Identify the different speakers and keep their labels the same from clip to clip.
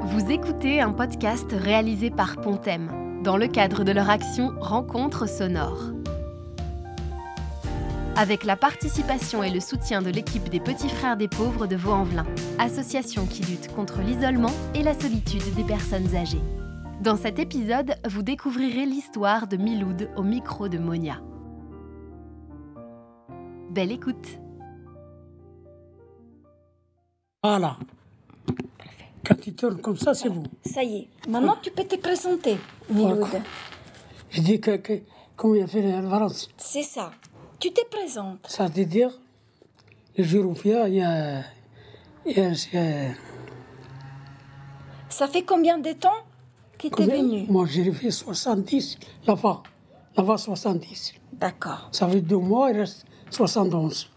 Speaker 1: Vous écoutez un podcast réalisé par Pontem dans le cadre de leur action Rencontres sonores. Avec la participation et le soutien de l'équipe des Petits Frères des Pauvres de Vaux-en-Velin, association qui lutte contre l'isolement et la solitude des personnes âgées. Dans cet épisode, vous découvrirez l'histoire de Miloud au micro de Monia. Belle écoute
Speaker 2: Voilà. Quand il tourne comme ça, c'est bon.
Speaker 3: Ça y est, maintenant tu peux te présenter, Miloud.
Speaker 2: Je dis que, que- comment il a fait l'Alvarance.
Speaker 3: C'est ça. Tu te présentes.
Speaker 2: Ça veut dire, le jour où il y a, il y a, il y a- c'est- euh,
Speaker 3: Ça fait combien de temps que tu es
Speaker 2: combien
Speaker 3: venu
Speaker 2: Moi, j'ai fait 70 là-bas. Là-bas, 70.
Speaker 3: D'accord.
Speaker 2: Ça fait deux mois, il reste 71.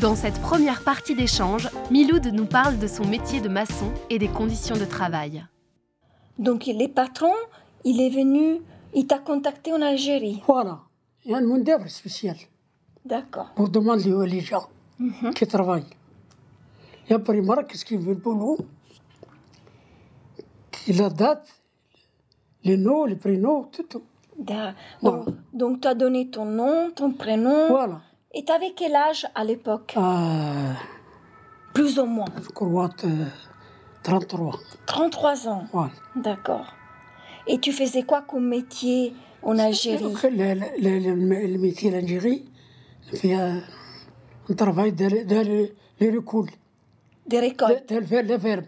Speaker 1: Dans cette première partie d'échange, Miloud nous parle de son métier de maçon et des conditions de travail.
Speaker 3: Donc les patrons, il est venu, il t'a contacté en Algérie.
Speaker 2: Voilà. Il y a une main d'œuvre spéciale.
Speaker 3: D'accord.
Speaker 2: On demande les, les gens qui travaillent. Et après, il marque ce qu'il veut le boulot, la date, les noms, les prénoms, tout. tout.
Speaker 3: Da-
Speaker 2: Voilà.
Speaker 3: Donc, tu as donné ton nom, ton prénom.
Speaker 2: Voilà.
Speaker 3: Et tu avais quel âge à l'époque
Speaker 2: Euh,
Speaker 3: Plus ou moins.
Speaker 2: je crois que, euh, 33.
Speaker 3: 33 ans.
Speaker 2: Voilà.
Speaker 3: D'accord. Et tu faisais quoi comme métier en Algérie
Speaker 2: Le, le- le- le- le métier l'Algérie, fait euh, un travail dans le- dans le- les recoules,
Speaker 3: Des
Speaker 2: dans
Speaker 3: récoltes.
Speaker 2: dans le- la ferme.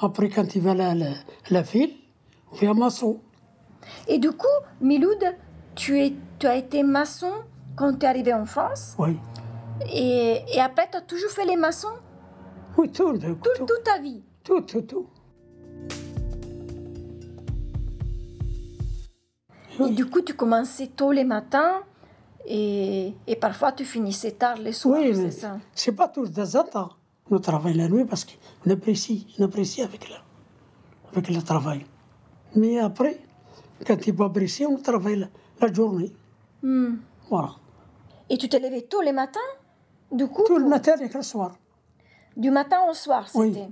Speaker 2: Après, quand il va à la, la, la ville, on fait un maçon.
Speaker 3: Et du coup, Miloud, tu, es, tu as été maçon quand tu es arrivé en France.
Speaker 2: Oui.
Speaker 3: Et, et après, tu as toujours fait les maçons
Speaker 2: Oui, tout, tout,
Speaker 3: tout-
Speaker 2: tout,
Speaker 3: toute ta vie.
Speaker 2: tout, tout, tout.
Speaker 3: Et du coup, tu commençais tôt les matins et, et parfois tu finissais tard les soirs.
Speaker 2: Oui,
Speaker 3: Ah, c'est
Speaker 2: mais
Speaker 3: ça.
Speaker 2: c'est pas tous des attentes. On travaille la nuit parce qu'on apprécie, on apprécie avec le, avec le travail. Mais après, quand il n'est pas apprécié, on travaille la, la journée.
Speaker 3: Hmm.
Speaker 2: Voilà.
Speaker 3: Et tu te levais tôt les matins Du coup,
Speaker 2: Tout le matin et le soir.
Speaker 3: du matin au soir,
Speaker 2: Oui.
Speaker 3: c'était.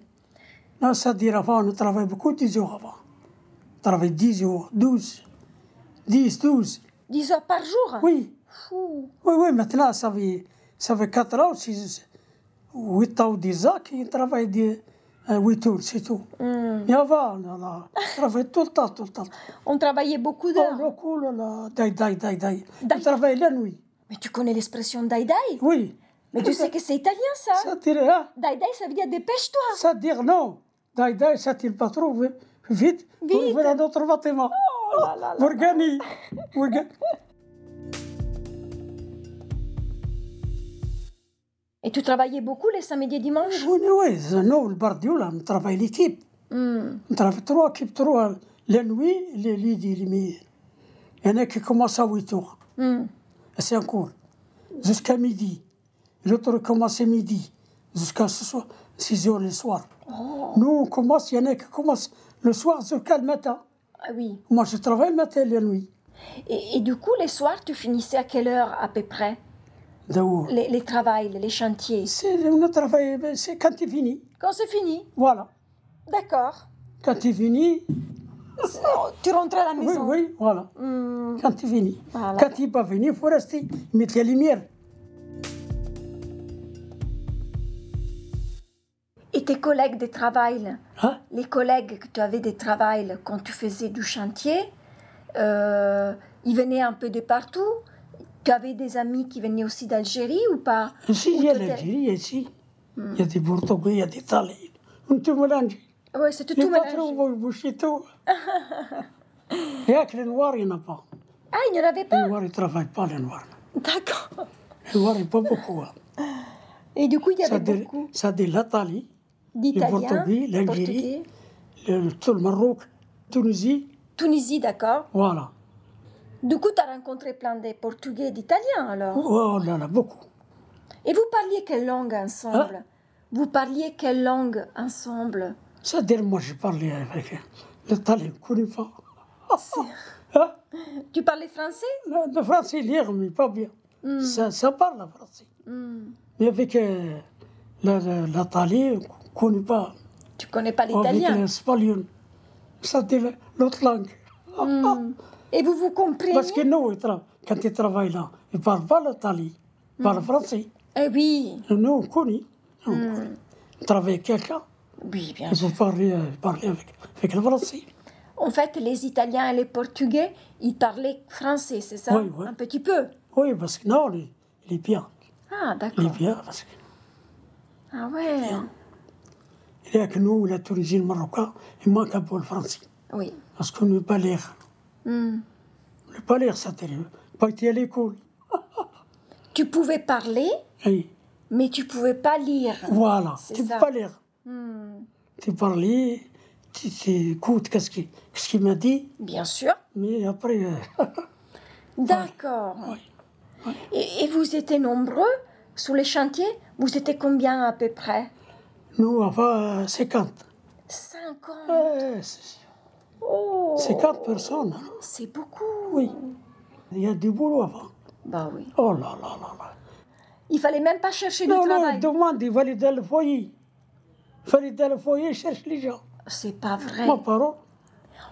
Speaker 2: Là, c'est-à-dire avant, on travaille beaucoup, 10 heures avant. On travaille 10 heures, 12, 10, 12.
Speaker 3: 10 heures par jour
Speaker 2: Oui,
Speaker 3: Fou.
Speaker 2: oui, oui, maintenant, ça fait, ça fait 4 ans, 6, 8 ans ou 10 ans qu'il travaille 8 heures, c'est tout.
Speaker 3: Hmm.
Speaker 2: Mais avant, là, là, on travaille tout le temps, tout le temps.
Speaker 3: On travaillait beaucoup
Speaker 2: Oh,
Speaker 3: d'heures.
Speaker 2: le coup, là, là, dai, dai, dai, dai.
Speaker 3: Dai.
Speaker 2: On travaille la nuit.
Speaker 3: Mais tu connais l'expression daïdaï
Speaker 2: Oui.
Speaker 3: Mais tu sais que c'est italien ça
Speaker 2: Ça tire, hein,
Speaker 3: Daïdaï, ça veut dire dépêche-toi
Speaker 2: ça dire non. Dai, dai, ça tire pas trop. vi- Vite, vous
Speaker 3: Vite.
Speaker 2: ouvrez un autre bâtiment.
Speaker 3: Oh là là là.
Speaker 2: Morgani. Morga-
Speaker 3: Et tu travaillais beaucoup les samedis et dimanches
Speaker 2: Oui, oui, c'est nous, le bardio, là, on travaille l'équipe.
Speaker 3: Hmm.
Speaker 2: On travaille trois équipes, trois. La nuit, les lits, les mires. Il y en a qui commencent à 8 heures.
Speaker 3: Hmm.
Speaker 2: C'est un cours. Jusqu'à midi. L'autre commence à midi. Jusqu'à 6 heures le soir.
Speaker 3: Oh.
Speaker 2: Nous, on commence, il y en a qui commencent le soir jusqu'à le matin.
Speaker 3: Ah oui.
Speaker 2: Moi, je travaille le matin et la nuit.
Speaker 3: Et, et du coup, les soirs, tu finissais à quelle heure à peu près
Speaker 2: D'août.
Speaker 3: les, les travails, les chantiers
Speaker 2: C'est- On travaille, ben, c'est quand il finit.
Speaker 3: Quand c'est fini
Speaker 2: Voilà.
Speaker 3: D'accord.
Speaker 2: Quand il finit,
Speaker 3: C'est- oh, tu rentres à la
Speaker 2: oui,
Speaker 3: maison
Speaker 2: oui, voilà.
Speaker 3: Hmm.
Speaker 2: Quand il finit.
Speaker 3: Voilà.
Speaker 2: Quand il n'est pas fini, il faut rester, mettre la lumière.
Speaker 3: Et tes collègues de travail,
Speaker 2: Hein?
Speaker 3: les collègues que tu avais de travail quand tu faisais du chantier, euh, ils venaient un peu de partout Tu avais des amis qui venaient aussi d'Algérie ou pas
Speaker 2: Ici, il y a
Speaker 3: Ou tout est-
Speaker 2: l'Algérie, il y a ici. Il y a des Portugais, il y a des Italiens. On tout mélange.
Speaker 3: Oui, c'était
Speaker 2: Les
Speaker 3: tout
Speaker 2: patrons
Speaker 3: mélangé.
Speaker 2: vont boucher tout. Et avec les Noirs, il n'y en a pas.
Speaker 3: Ah, il n'y en avait
Speaker 2: Les
Speaker 3: pas
Speaker 2: Noirs, ils ne travaillent pas, les Noirs.
Speaker 3: D'accord.
Speaker 2: Les Noirs, ils pas beaucoup. hein.
Speaker 3: Et du coup, il y
Speaker 2: Ça
Speaker 3: avait
Speaker 2: dit-
Speaker 3: beaucoup
Speaker 2: ça dit l'Italie.
Speaker 3: d'Italiens,
Speaker 2: Portugais, l'Algérie.
Speaker 3: Portugais.
Speaker 2: le, tout le Maroc, Tunisie,
Speaker 3: Tunisie, d'accord.
Speaker 2: voilà.
Speaker 3: Du coup, tu as rencontré plein de Portugais et d'Italiens alors.
Speaker 2: Oh là là, beaucoup.
Speaker 3: Et vous parliez quelle langue ensemble
Speaker 2: Ah.
Speaker 3: Vous parliez quelle langue ensemble
Speaker 2: C'est-à-dire, moi, je parlais avec l'Italien, je ne connais pas. Hein?
Speaker 3: Tu parlais français
Speaker 2: Le, le français, lire, mais pas bien. Ça, ça parle le français.
Speaker 3: Hmm.
Speaker 2: Mais avec euh, la- la- l'Italien, on connais pas
Speaker 3: Tu connais pas
Speaker 2: avec
Speaker 3: l'italien.
Speaker 2: l'espagnol. C'était la- l'autre langue.
Speaker 3: Hmm. Et vous vous comprenez
Speaker 2: Parce que nous, ils tra- quand ils travaillent là, ils ne parlent pas l'italien,
Speaker 3: Hmm.
Speaker 2: ils parlent français.
Speaker 3: Eh oui,
Speaker 2: Nous, on connaît. Nous,
Speaker 3: Hmm.
Speaker 2: on connaît. On travaille avec quelqu'un,
Speaker 3: oui, bien
Speaker 2: ils ont parlé, euh, parlé avec, avec le français.
Speaker 3: En fait, les Italiens et les Portugais, ils parlaient français, c'est ça
Speaker 2: Oui, oui.
Speaker 3: Un petit peu.
Speaker 2: Oui, parce que non, il, il est bien. Il
Speaker 3: Ah,
Speaker 2: est
Speaker 3: d'accord.
Speaker 2: bien parce qu'il
Speaker 3: Ah ouais.
Speaker 2: y a que nous, la Tunisie, le Marocain, il manque un peu le français.
Speaker 3: Oui.
Speaker 2: Parce qu'on ne veut pas l'air.
Speaker 3: Hmm.
Speaker 2: Le pas l'air, ça te Pas été à l'école.
Speaker 3: Tu pouvais parler,
Speaker 2: Et
Speaker 3: mais tu pouvais pas lire.
Speaker 2: voilà,
Speaker 3: C'est
Speaker 2: tu ne
Speaker 3: ça.
Speaker 2: peux pas l'air.
Speaker 3: Hmm.
Speaker 2: Tu parles, eh, tu, tu écoutes qu'est-ce qu'il qu'est-ce qu'il m'a dit,
Speaker 3: Bien sûr.
Speaker 2: mais après, euh,
Speaker 3: D'accord.
Speaker 2: Oui.
Speaker 3: Et, et vous étiez nombreux sur les chantiers Vous étiez combien à peu près
Speaker 2: nous, avant euh, 50.
Speaker 3: 50.
Speaker 2: Euh, c'est-
Speaker 3: Oh,
Speaker 2: 50 personnes, hein.
Speaker 3: c'est beaucoup.
Speaker 2: oui. Il y a du boulot avant.
Speaker 3: Bah oui.
Speaker 2: Oh là là là là.
Speaker 3: Il fallait même pas chercher
Speaker 2: Non,
Speaker 3: du
Speaker 2: non,
Speaker 3: travail.
Speaker 2: demande, il va aller dans le foyer. Il va aller dans le foyer, cherche les gens.
Speaker 3: C'est pas vrai.
Speaker 2: Mon parent,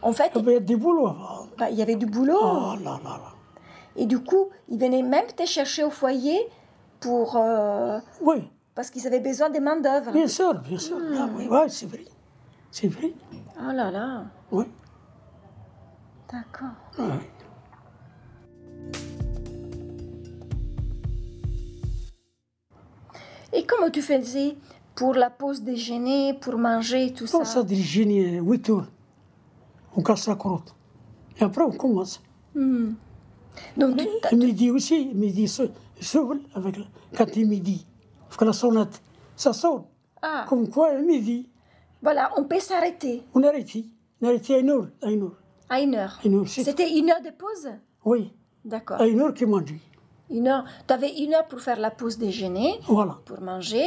Speaker 3: En fait,
Speaker 2: il y a du boulot avant.
Speaker 3: bah, il y avait du boulot.
Speaker 2: Ah, Oh là là là.
Speaker 3: Et du coup, ils venaient même te chercher au foyer pour, euh,
Speaker 2: Oui.
Speaker 3: parce qu'ils avaient besoin des main-d'œuvre.
Speaker 2: Bien sûr, bien sûr.
Speaker 3: Hmm.
Speaker 2: Ah oui, ouais, c'est vrai. C'est vrai.
Speaker 3: Oh là là,
Speaker 2: Oui.
Speaker 3: d'accord.
Speaker 2: Ouais.
Speaker 3: Et comment tu faisais pour la pause déjeuner, pour manger, tout
Speaker 2: On
Speaker 3: ça,
Speaker 2: s'est dirigé 8 heures. On casse la crotte. Et après, on commence.
Speaker 3: Hmm. Donc, tu-
Speaker 2: Et midi aussi, midi se- s'ouvre avec le, quand il est midi. Parce que la sonnette, ça sonne.
Speaker 3: ah,
Speaker 2: Comme quoi, à midi,
Speaker 3: voilà, on peut s'arrêter
Speaker 2: on arrête. On arrête à une heure. À une heure.
Speaker 3: à une heure.
Speaker 2: À une heure, c'est-
Speaker 3: C'était une heure de pause
Speaker 2: Oui,
Speaker 3: D'accord.
Speaker 2: à une heure qu'il mange.
Speaker 3: Une heure. Tu avais une heure pour faire la pause déjeuner,
Speaker 2: Voilà.
Speaker 3: pour manger.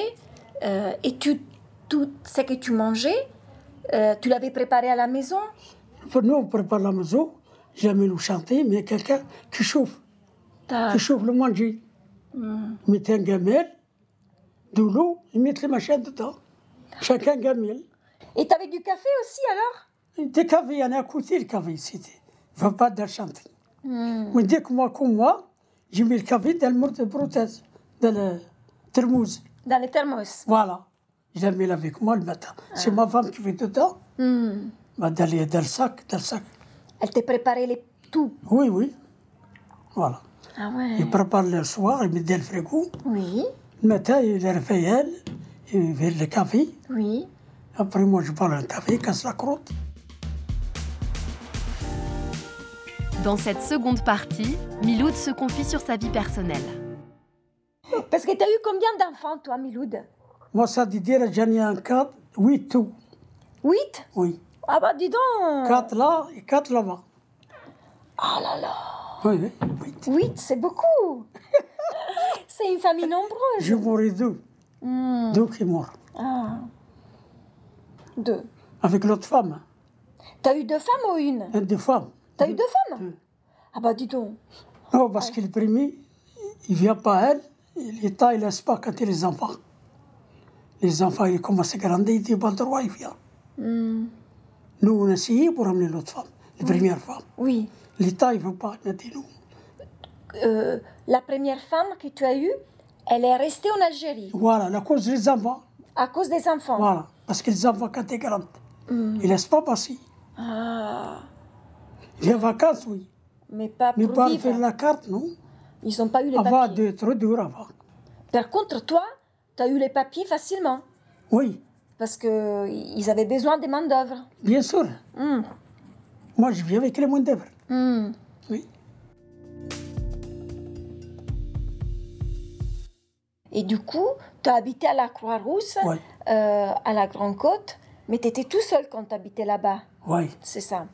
Speaker 3: euh, et tu, tout ce que tu mangeais, euh, tu l'avais préparé à la maison
Speaker 2: Pour nous, on prépare la maison. Jamais nous chanter, mais quelqu'un qui chauffe.
Speaker 3: T'as-
Speaker 2: qui chauffe le manger. Mettez un gamelle, de l'eau, et mettez les machins dedans. Chacun gamelle.
Speaker 3: Et t'avais du café aussi alors
Speaker 2: Des cafés, il y en a à côté, le café, c'était. Je ne veux pas d'argentin. Mais dès que moi, comme moi, j'ai mis le café dans le mur de prothèse, dans le thermos.
Speaker 3: Dans les thermos.
Speaker 2: Voilà. Je l'ai mis avec moi le matin. C'est ma femme qui fait dedans.
Speaker 3: Hmm.
Speaker 2: Bah, dans, les- dans le sac, dans le sac.
Speaker 3: Elle te préparait les... tout.
Speaker 2: Oui, oui. Voilà.
Speaker 3: Ah ouais.
Speaker 2: Il prépare le soir, il met dans le frigo.
Speaker 3: Oui,
Speaker 2: Le matin, il réveille elle, il fait le café.
Speaker 3: oui.
Speaker 2: Après, moi, je parle un café, casse la croûte.
Speaker 1: Dans cette seconde partie, Miloud se confie sur sa vie personnelle.
Speaker 3: Parce que t'as eu combien d'enfants toi, Miloud
Speaker 2: Moi, ça dit dire, j'en ai un 4, 8 tout.
Speaker 3: Huit
Speaker 2: Oui.
Speaker 3: Ah bah dis donc
Speaker 2: 4 là et 4 là-bas.
Speaker 3: Ah là là
Speaker 2: Oui, oui. oui.
Speaker 3: Huit, c'est beaucoup C'est une famille nombreuse
Speaker 2: Je mourrai deux.
Speaker 3: Hmm.
Speaker 2: Deux qui meurent.
Speaker 3: Ah. Deux.
Speaker 2: Avec l'autre femme.
Speaker 3: T'as eu deux femmes ou une
Speaker 2: Un deux femmes.
Speaker 3: T'as eu deux femmes Ah bah dis donc
Speaker 2: Non, parce que le premier, il vient pas à elle. L'État, il laisse pas quand il les enfants. Les enfants, ils commencent à grandir, ils disent pas le droit, ils viennent.
Speaker 3: Hmm.
Speaker 2: Nous, on a essayé pour amener l'autre femme, la première femme.
Speaker 3: Oui.
Speaker 2: L'État, il veut pas, il a dit non.
Speaker 3: Euh, la première femme que tu as eue, elle est restée en Algérie
Speaker 2: Voilà, la cause des enfants.
Speaker 3: à cause des enfants.
Speaker 2: Voilà, parce que les enfants, quand ils grandissent,
Speaker 3: Mm.
Speaker 2: ils ne laissent pas passer.
Speaker 3: Ah,
Speaker 2: Les vacances, oui.
Speaker 3: mais pas
Speaker 2: Mais
Speaker 3: pour
Speaker 2: pas
Speaker 3: vivre.
Speaker 2: faire la carte, non
Speaker 3: Ils n'ont pas eu les
Speaker 2: Avant
Speaker 3: papiers.
Speaker 2: d'être dur, avant.
Speaker 3: Par contre, toi, tu as eu les papiers facilement
Speaker 2: Oui,
Speaker 3: parce que ils avaient besoin des main d'œuvre.
Speaker 2: bien sûr.
Speaker 3: Hmm,
Speaker 2: Moi, je vis avec les mains d'œuvre.
Speaker 3: hmm.
Speaker 2: Oui.
Speaker 3: Et du coup, tu as habité à la Croix-Rousse,
Speaker 2: Oui,
Speaker 3: euh, à la Grande Côte, mais tu étais tout seul quand tu habitais là-bas,
Speaker 2: oui.
Speaker 3: c'est ça.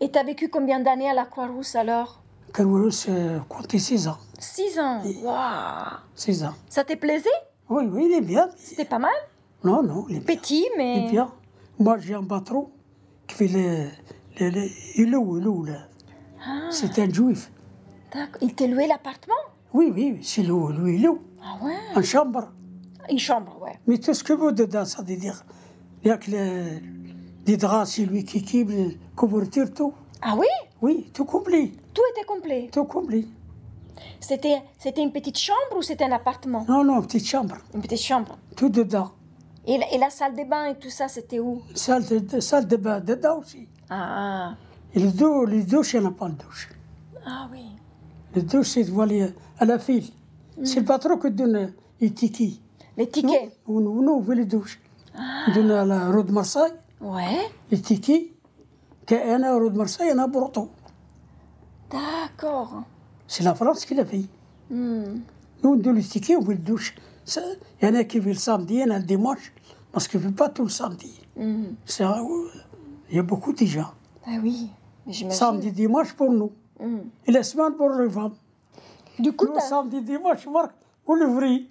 Speaker 3: Et tu as vécu combien d'années à la Croix-Rousse alors
Speaker 2: Quand c'est compté 6 ans.
Speaker 3: Six ans. Waouh
Speaker 2: 6 ans.
Speaker 3: Ça te plaisait
Speaker 2: Oui, oui, il est bien.
Speaker 3: C'était pas mal
Speaker 2: Non, non, il est bien.
Speaker 3: Petit, mais.
Speaker 2: Il est bien. Moi, j'ai un patron qui fait les. les, les il loue, il loue, là.
Speaker 3: Ah,
Speaker 2: C'est un juif.
Speaker 3: d'accord. Il t'a loué l'appartement
Speaker 2: Oui, oui, c'est loue, lui, il loue.
Speaker 3: Ah ouais
Speaker 2: En chambre.
Speaker 3: Une chambre, ouais.
Speaker 2: Mais tout ce que vous dedans, ça veut dire. Il n'y a que les, des draps, c'est lui qui quitte, les couvertures, tout.
Speaker 3: Ah oui
Speaker 2: Oui, tout complet.
Speaker 3: Tout était complet.
Speaker 2: Tout complet.
Speaker 3: C'était, c'était une petite chambre ou c'était un appartement
Speaker 2: Non, non, petite chambre.
Speaker 3: Une petite chambre.
Speaker 2: Tout dedans.
Speaker 3: Et, la- et la salle de bain et tout ça, c'était où
Speaker 2: Salle de, de- salle de bain dedans aussi.
Speaker 3: Ah,
Speaker 2: Et les, dou les douches, il n'y en a pas de douche.
Speaker 3: ah, ah oui.
Speaker 2: Les douches, c'est voilé à la file. C'est le patron qui donne les tickets.
Speaker 3: Les
Speaker 2: Nous,
Speaker 3: tickets.
Speaker 2: on, on ouvre les douches. On donne à la rue de Marseille,
Speaker 3: Ouais.
Speaker 2: les tickets. Quand il y en a à la rue de Marseille, il y en a à Bordeaux.
Speaker 3: D'accord.
Speaker 2: C'est la France qui l'a fait.
Speaker 3: Hmm.
Speaker 2: Nous, on donne les tickets, on veut les douches. Ça, Il y en a qui veulent le samedi, il y en a le dimanche, parce qu'ils ne veulent pas tout le samedi.
Speaker 3: Hmm.
Speaker 2: Ça, euh, il y a beaucoup de gens.
Speaker 3: Ah oui. Mais j'imagine.
Speaker 2: Samedi, dimanche pour nous.
Speaker 3: Hmm. hein.
Speaker 2: Et la semaine pour les femmes.
Speaker 3: Du coup,
Speaker 2: Nous,
Speaker 3: t'as-
Speaker 2: samedi, dimanche, Marc, on l'ouvrit.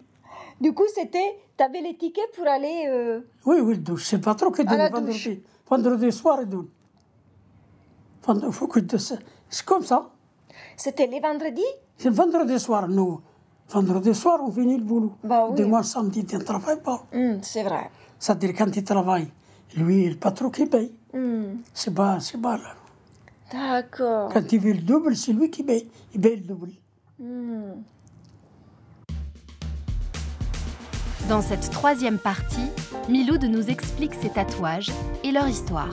Speaker 3: du coup, c'était, t'avais les tickets pour aller. euh,
Speaker 2: Oui, oui, le douche. C'est le patron qui donne
Speaker 3: la
Speaker 2: vendredi. Vendredi soir, il donne. Vend- faut que de- C'est c'est comme ça.
Speaker 3: C'était les vendredis.
Speaker 2: C'est le vendredi soir, nous. Vendredi soir, on finit le boulot.
Speaker 3: Bah oui.
Speaker 2: Dimanche, samedi, tu ne travailles pas.
Speaker 3: Hmm, c'est vrai.
Speaker 2: C'est-à-dire, quand tu travailles, lui, le patron qui paye.
Speaker 3: Hmm.
Speaker 2: C'est pas, c'est pas là.
Speaker 3: D'accord.
Speaker 2: Quand il veut le double, c'est lui qui paye. Il paye le double.
Speaker 3: Hmm.
Speaker 1: Dans cette troisième partie, Miloud nous explique ses tatouages et leur histoire.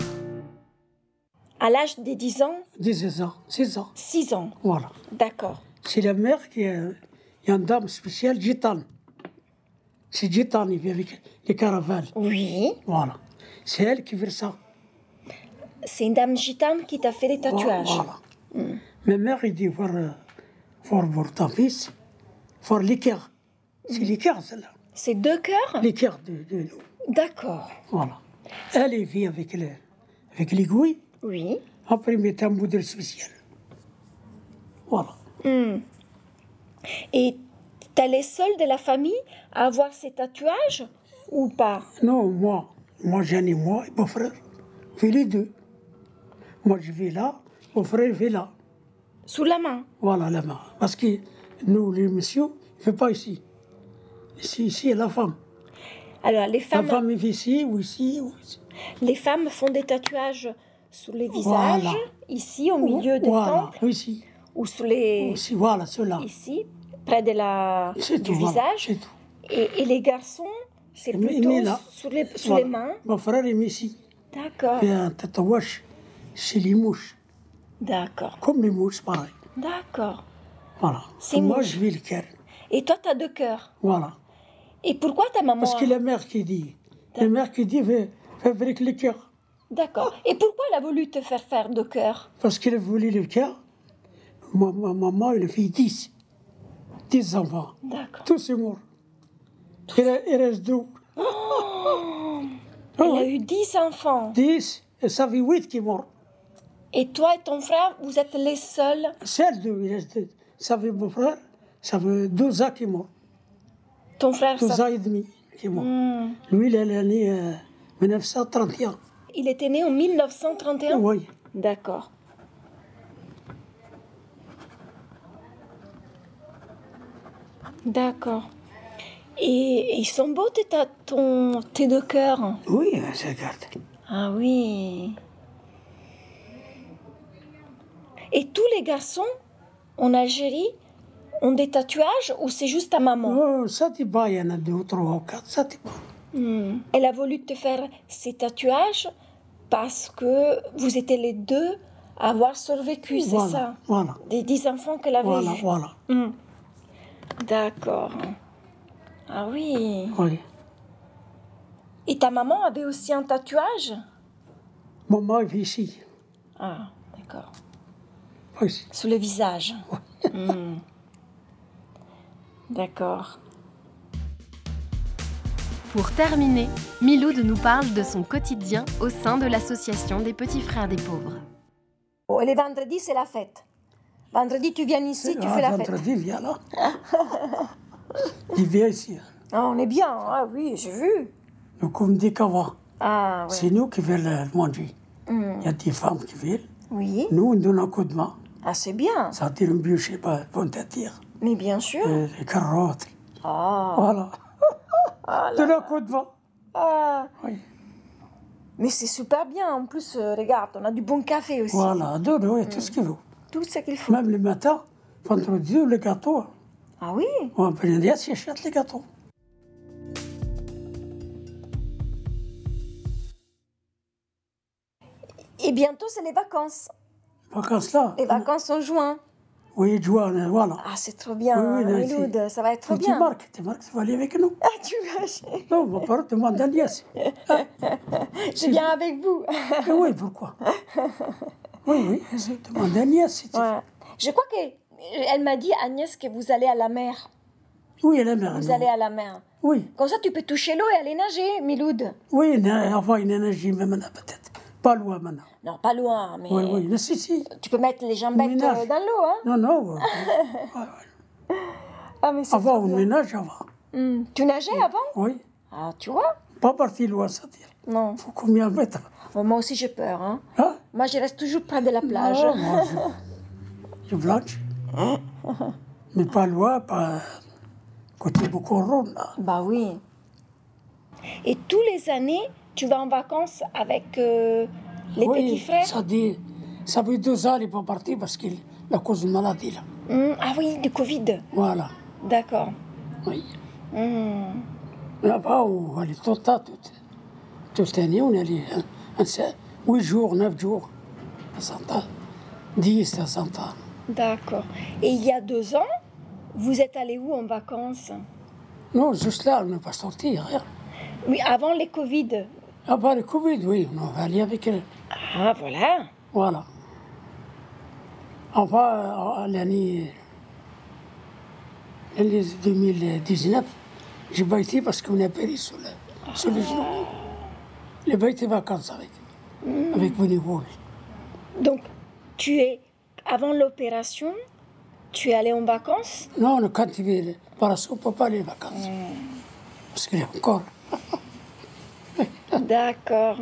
Speaker 3: À l'âge de 10 ans,
Speaker 2: 16 ans, 16 ans.
Speaker 3: 6 ans.
Speaker 2: Voilà.
Speaker 3: D'accord.
Speaker 2: C'est la mère qui est il y a une dame spéciale, gitane. C'est gitane, il vient avec les caravelles.
Speaker 3: Oui.
Speaker 2: Voilà. C'est elle qui fait ça.
Speaker 3: C'est une dame gitane qui t'a fait les tatouages.
Speaker 2: Voilà. Ma mère, il dit pour, euh, pour, pour ton fils, pour l'équerre. C'est l'équerre, celle-là.
Speaker 3: C'est deux cœurs
Speaker 2: L'équerre de, de l'eau.
Speaker 3: D'accord.
Speaker 2: Voilà. Elle, elle vit avec le- avec l'aiguille.
Speaker 3: Oui.
Speaker 2: Après, il met un modèle spécial. Voilà.
Speaker 3: Hmm. Et t'as les seuls de la famille à avoir ces tatouages ou pas
Speaker 2: Non, moi, moi j'en ai moi et mon frère. On fait les deux. Moi je vis là, mon frère vit là.
Speaker 3: Sous la main
Speaker 2: Voilà la main. Parce que nous, les messieurs, il ne fait pas ici. Ici, ici, il y a la femme.
Speaker 3: Alors, les
Speaker 2: La
Speaker 3: femmes,
Speaker 2: femme, il vit ici ou ici. Ou ici.
Speaker 3: les femmes font des tatouages sous les visages,
Speaker 2: Voilà.
Speaker 3: ici, au milieu des
Speaker 2: voilà,
Speaker 3: temples,
Speaker 2: ici.
Speaker 3: ou sous les...
Speaker 2: Ici, voilà, ceux-là.
Speaker 3: ici, près de la...
Speaker 2: C'est
Speaker 3: du
Speaker 2: tout. voilà,
Speaker 3: visage.
Speaker 2: c'est tout.
Speaker 3: Et, et les garçons, c'est
Speaker 2: Il met- il
Speaker 3: plutôt
Speaker 2: met là.
Speaker 3: sous les, sous
Speaker 2: Voilà.
Speaker 3: les mains.
Speaker 2: Mon frère, il met ici.
Speaker 3: D'accord.
Speaker 2: Il fait un tatouage chez les mouches.
Speaker 3: D'accord.
Speaker 2: Comme les mouches, pareil.
Speaker 3: D'accord.
Speaker 2: Voilà.
Speaker 3: C'est
Speaker 2: Moi,
Speaker 3: mouche.
Speaker 2: je vis le cœur.
Speaker 3: Et toi, t'as deux cœurs.
Speaker 2: Voilà.
Speaker 3: Et pourquoi ta maman...
Speaker 2: Parce
Speaker 3: a-
Speaker 2: que la mère qui dit, la mère qui dit, fais, fais avec le cœur.
Speaker 3: D'accord. Et pourquoi elle a voulu te faire faire deux cœurs
Speaker 2: Parce qu'elle voulait le cœur. Ma, ma maman, elle a fait 10. 10 enfants.
Speaker 3: D'accord.
Speaker 2: Tous sont morts. Il, re- il reste deux. Ah
Speaker 3: Elle a
Speaker 2: ouais.
Speaker 3: eu dix enfants.
Speaker 2: 10, et ça fait 8 qui sont morts.
Speaker 3: Et toi et ton frère, vous êtes les seuls.
Speaker 2: Celle deux, il reste deux. Ça fait mon frère, ça fait 12 ans qui est mort.
Speaker 3: Ton frère,
Speaker 2: 12
Speaker 3: ça-
Speaker 2: ans et demi qui est mort.
Speaker 3: Hmm.
Speaker 2: Lui, il est né euh, en 1931.
Speaker 3: il était né en 1931.
Speaker 2: Oui.
Speaker 3: D'accord. D'accord. Et ils sont beaux tes, ta- ton, tes deux cœurs.
Speaker 2: Oui, je regarde.
Speaker 3: Ah oui. Et tous les garçons en Algérie ont des tatouages ou c'est juste ta maman
Speaker 2: Oh, ça, tu pas, il y en a deux, trois ou quatre, ça, tu pas.
Speaker 3: Hmm. Elle a voulu te faire ces tatouages parce que vous étiez les deux à avoir survécu,
Speaker 2: voilà,
Speaker 3: c'est ça
Speaker 2: Voilà,
Speaker 3: Des dix enfants qu'elle avait
Speaker 2: voilà,
Speaker 3: eus.
Speaker 2: voilà.
Speaker 3: Hmm. D'accord. Ah oui.
Speaker 2: Oui.
Speaker 3: Et ta maman avait aussi un tatouage
Speaker 2: Maman est ici.
Speaker 3: Ah, d'accord.
Speaker 2: Pas ici.
Speaker 3: Sous le visage. Hmm. D'accord.
Speaker 1: Pour terminer, Miloud nous parle de son quotidien au sein de l'association des petits frères des pauvres.
Speaker 3: Bon, et Oh, les vendredis, c'est la fête. Vendredi, tu viens ici, tu
Speaker 2: Ah,
Speaker 3: fais la fête.
Speaker 2: vendredi, viens là. Il vient ici.
Speaker 3: Ah, on est bien, ah oui, j'ai vu.
Speaker 2: Donc, on me dit qu'avant,
Speaker 3: Ah oui.
Speaker 2: c'est nous qui veulent euh, manger.
Speaker 3: Hmm.
Speaker 2: Il y a des femmes qui veulent.
Speaker 3: Oui.
Speaker 2: Nous, on donne un coup de main.
Speaker 3: Ah, c'est bien.
Speaker 2: Ça tire un bûche, je sais pas, pour te dire.
Speaker 3: Mais bien sûr.
Speaker 2: Les carottes.
Speaker 3: Ah.
Speaker 2: Voilà.
Speaker 3: Ah
Speaker 2: de
Speaker 3: là
Speaker 2: la
Speaker 3: là.
Speaker 2: coup de vent.
Speaker 3: Ah.
Speaker 2: Oui.
Speaker 3: Mais c'est super bien. En plus, euh, regarde, on a du bon café aussi.
Speaker 2: Voilà, de l'eau et tout ce qu'il veut.
Speaker 3: Tout ce qu'il faut.
Speaker 2: Même le matin, contre Dieu, le gâteau.
Speaker 3: Ah oui
Speaker 2: On peut dire si achète les gâteaux.
Speaker 3: Et bientôt, c'est les vacances.
Speaker 2: Vacances là.
Speaker 3: Les vacances en juin.
Speaker 2: Oui, Joanne, voilà.
Speaker 3: Ah, c'est trop bien,
Speaker 2: Oui, oui, là,
Speaker 3: Miloud, ça va être trop
Speaker 2: Faut que
Speaker 3: bien.
Speaker 2: tu marques, tu marques, tu vas aller avec nous.
Speaker 3: Ah, tu vas,
Speaker 2: Non, mon parent demande à Agnès.
Speaker 3: je viens avec vous.
Speaker 2: Eh oui, pourquoi Oui, oui, je demande à Agnès. si tu-
Speaker 3: Ouais. Je crois qu'elle m'a dit, Agnès, que vous allez à la mer.
Speaker 2: Oui, elle aime la
Speaker 3: Vous
Speaker 2: mer.
Speaker 3: allez à la mer.
Speaker 2: Oui,
Speaker 3: Comme ça, tu peux toucher l'eau et aller nager, Miloud.
Speaker 2: oui, il y a- enfin, une énergie même là, peut-être. Pas loin maintenant.
Speaker 3: Non, pas loin, mais
Speaker 2: Oui, oui, mais si, si.
Speaker 3: tu peux mettre les jambettes
Speaker 2: Ménage.
Speaker 3: euh, dans l'eau. Hein.
Speaker 2: Non, non. euh, ouais, ouais.
Speaker 3: Ah, mais c'est
Speaker 2: Avant,
Speaker 3: trop
Speaker 2: on
Speaker 3: bien.
Speaker 2: ménage avant.
Speaker 3: Hmm. Tu nageais avant
Speaker 2: Oui,
Speaker 3: Ah, tu vois
Speaker 2: pas parti loin, c'est-à-dire.
Speaker 3: Non.
Speaker 2: Faut combien de mètres
Speaker 3: Bon, moi aussi, j'ai peur. hein.
Speaker 2: Hein
Speaker 3: Moi, je reste toujours près de la plage.
Speaker 2: Ah, moi, je- je blanche. Mais pas loin, pas côté Bocoron, là.
Speaker 3: Bah oui. Et tous les années, tu vas en vacances avec euh, les
Speaker 2: Oui,
Speaker 3: petits frères
Speaker 2: Ça dit, ça fait deux ans, il n'est pas parti parce qu'il la cause de maladie, là.
Speaker 3: Hmm, Ah oui, du Covid.
Speaker 2: Voilà.
Speaker 3: D'accord.
Speaker 2: Oui.
Speaker 3: Hmm.
Speaker 2: Là-bas, on allait tout le temps, toute, toute l'année, on allait hein, un, seul- huit jours, neuf jours, à Santa. Dix à Santa.
Speaker 3: D'accord. Et il y a deux ans, vous êtes allé où en vacances
Speaker 2: Non, juste là, on n'est pas sorti, rien.
Speaker 3: Oui, avant les Covid.
Speaker 2: Après le Covid, oui, on va aller avec elle.
Speaker 3: Ah, voilà.
Speaker 2: Voilà. Enfin, euh, l'année l'année 2019, j'ai bâti parce qu'on a péri sur le, sur le genou. J'ai bâti vacances avec,
Speaker 3: Mm.
Speaker 2: avec Bonneville.
Speaker 3: Donc, tu es, avant l'opération, tu es allé en vacances
Speaker 2: Non, le- quand il est parasol, on ne peut pas aller en vacances.
Speaker 3: Mm.
Speaker 2: Parce qu'il est encore.
Speaker 3: D'accord.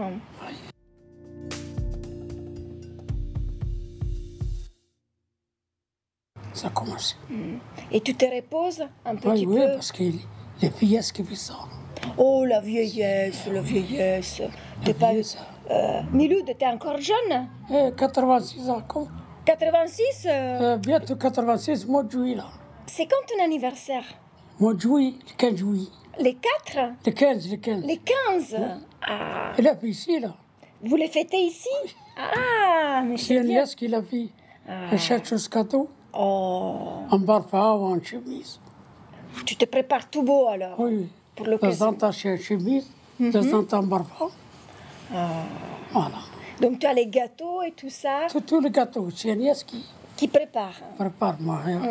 Speaker 2: Ça commence.
Speaker 3: Et tu te reposes un
Speaker 2: Oui,
Speaker 3: petit
Speaker 2: oui,
Speaker 3: peu
Speaker 2: parce que les vieillesses qui font ça.
Speaker 3: Oh, la vieillesse, la vieillesse. T'es
Speaker 2: Les
Speaker 3: pas...
Speaker 2: vieillesses,
Speaker 3: Euh, Miloud, t'es encore jeune
Speaker 2: euh, 86 ans, comme-
Speaker 3: 86 euh,
Speaker 2: euh, bientôt 86, mois de juillet, là.
Speaker 3: C'est quand ton anniversaire
Speaker 2: Mois de juillet, le 15 juillet.
Speaker 3: Les 4
Speaker 2: Le 15, le 15.
Speaker 3: Les 15 Ah
Speaker 2: Elle a fait ici, là.
Speaker 3: Vous les fêtez ici Ah, mais
Speaker 2: C'est
Speaker 3: c'est
Speaker 2: une
Speaker 3: bien.
Speaker 2: nièce qui l'a fait.
Speaker 3: Ah.
Speaker 2: Elle cherche ce cadeau,
Speaker 3: Oh,
Speaker 2: en barfa ou en chemise.
Speaker 3: tu te prépares tout beau alors
Speaker 2: Oui, oui.
Speaker 3: pour
Speaker 2: De temps
Speaker 3: l'occasion. Mhm.
Speaker 2: en temps, c'est en chemise, de temps en temps, en barfa.
Speaker 3: Ah.
Speaker 2: Voilà.
Speaker 3: Donc tu as les gâteaux et tout ça
Speaker 2: Tout, tout le gâteau, c'est une nièce qui
Speaker 3: qui prépare.
Speaker 2: prépare, moi.
Speaker 3: Ah.
Speaker 2: hein.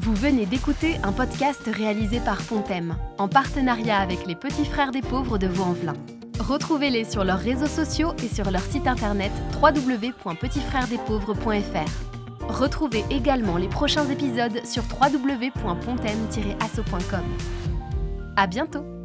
Speaker 1: Vous venez d'écouter un podcast réalisé par Pontem, en partenariat avec les Petits Frères des Pauvres de Vaux-en-Velin. Retrouvez-les sur leurs réseaux sociaux et sur leur site internet www.petitsfrèresdespauvres.fr. Retrouvez également les prochains épisodes sur www.pontem-asso.com. À bientôt